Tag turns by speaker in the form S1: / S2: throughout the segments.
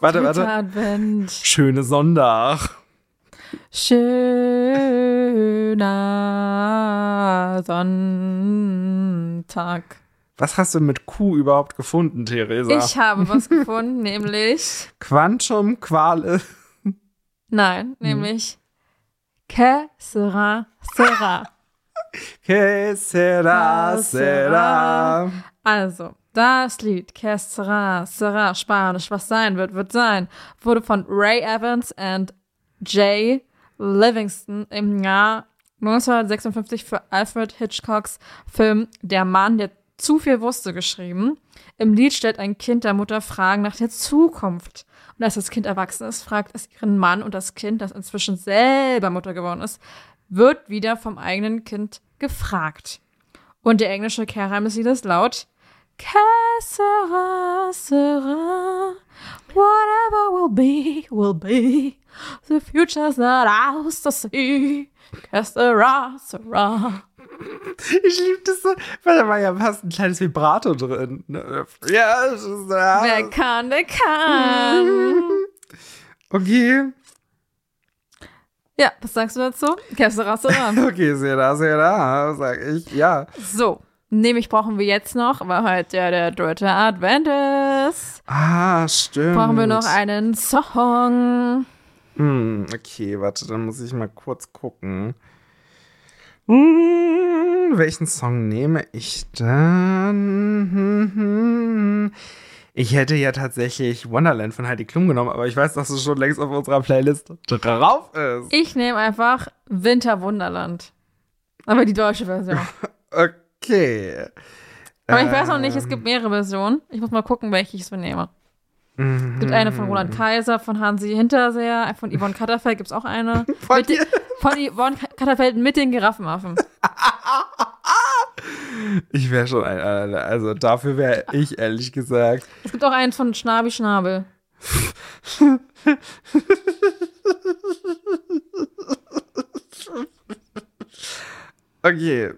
S1: Warte, warte.
S2: Advent.
S1: Schöne Sonntag.
S2: Schöner Sonntag.
S1: Was hast du mit Q überhaupt gefunden, Theresa?
S2: Ich habe was gefunden, nämlich.
S1: Quantum Quale.
S2: Nein,
S1: Hm.
S2: nämlich. Que sera, sera.
S1: Que sera, sera.
S2: Also, das Lied Que sera, sera, Spanisch, was sein wird, wird sein, wurde von Ray Evans and Jay Livingston im Jahr 1956 für Alfred Hitchcocks Film Der Mann, der zu viel wusste, geschrieben. Im Lied stellt ein Kind der Mutter Fragen nach der Zukunft. Und als das Kind erwachsen ist, fragt es ihren Mann und das Kind, das inzwischen selber Mutter geworden ist, wird wieder vom eigenen Kind gefragt. Und der englische Kehrreim des Liedes laut Que sera, sera, whatever will be, will be, the future's not ours to see, que sera, sera.
S1: Ich liebe das so, weil da war ja fast ein kleines Vibrato drin. ne? Ja, es ist-
S2: Wer
S1: ja.
S2: kann, der kann.
S1: okay.
S2: Ja, was sagst du dazu? Que sera, sera.
S1: Okay, sera, sera, sag ich. Ja.
S2: So, nämlich brauchen wir jetzt noch, weil heute ja der dritte Advent ist,
S1: Ah, stimmt.
S2: brauchen wir noch einen Song.
S1: Hm, okay, warte, dann muss ich mal kurz gucken. Hm, welchen Song nehme ich dann? Hm, hm. Ich hätte ja tatsächlich Wonderland von Heidi Klum genommen, aber ich weiß, dass es schon längst auf unserer Playlist drauf ist.
S2: Ich nehme einfach Winterwunderland. Aber die deutsche Version.
S1: Okay.
S2: Aber ich weiß noch nicht, es gibt mehrere Versionen. Ich muss mal gucken, welche ich so nehme. Es gibt eine von Roland Kaiser, von Hansi Hinterseer, von Yvonne Katterfeld gibt es auch eine.
S1: Von
S2: mit den- von Yvonne Katterfeld mit den Giraffenaffen.
S1: Ich wäre schon ein, also dafür wäre ich ehrlich gesagt.
S2: Es gibt auch einen von Schnabi Schnabel.
S1: Okay.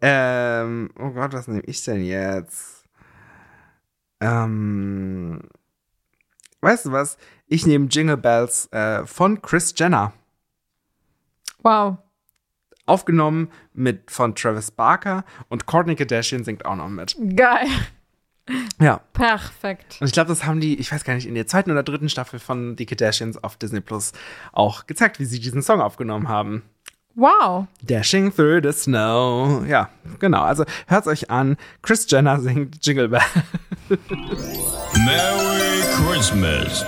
S1: Ähm, oh Gott, was nehme ich denn jetzt? Ähm, weißt du was? Ich nehme Jingle Bells äh, von Chris Jenner.
S2: Wow.
S1: Aufgenommen mit von Travis Barker und Courtney Kardashian singt auch noch mit.
S2: Geil.
S1: Ja.
S2: Perfekt.
S1: Und ich glaube, das haben die, ich weiß gar nicht, in der zweiten oder dritten Staffel von Die Kardashians auf Disney Plus auch gezeigt, wie sie diesen Song aufgenommen haben.
S2: Wow.
S1: Dashing through the snow. Ja, genau. Also hört's euch an. Chris Jenner singt Jingle Bells.
S3: Merry Christmas.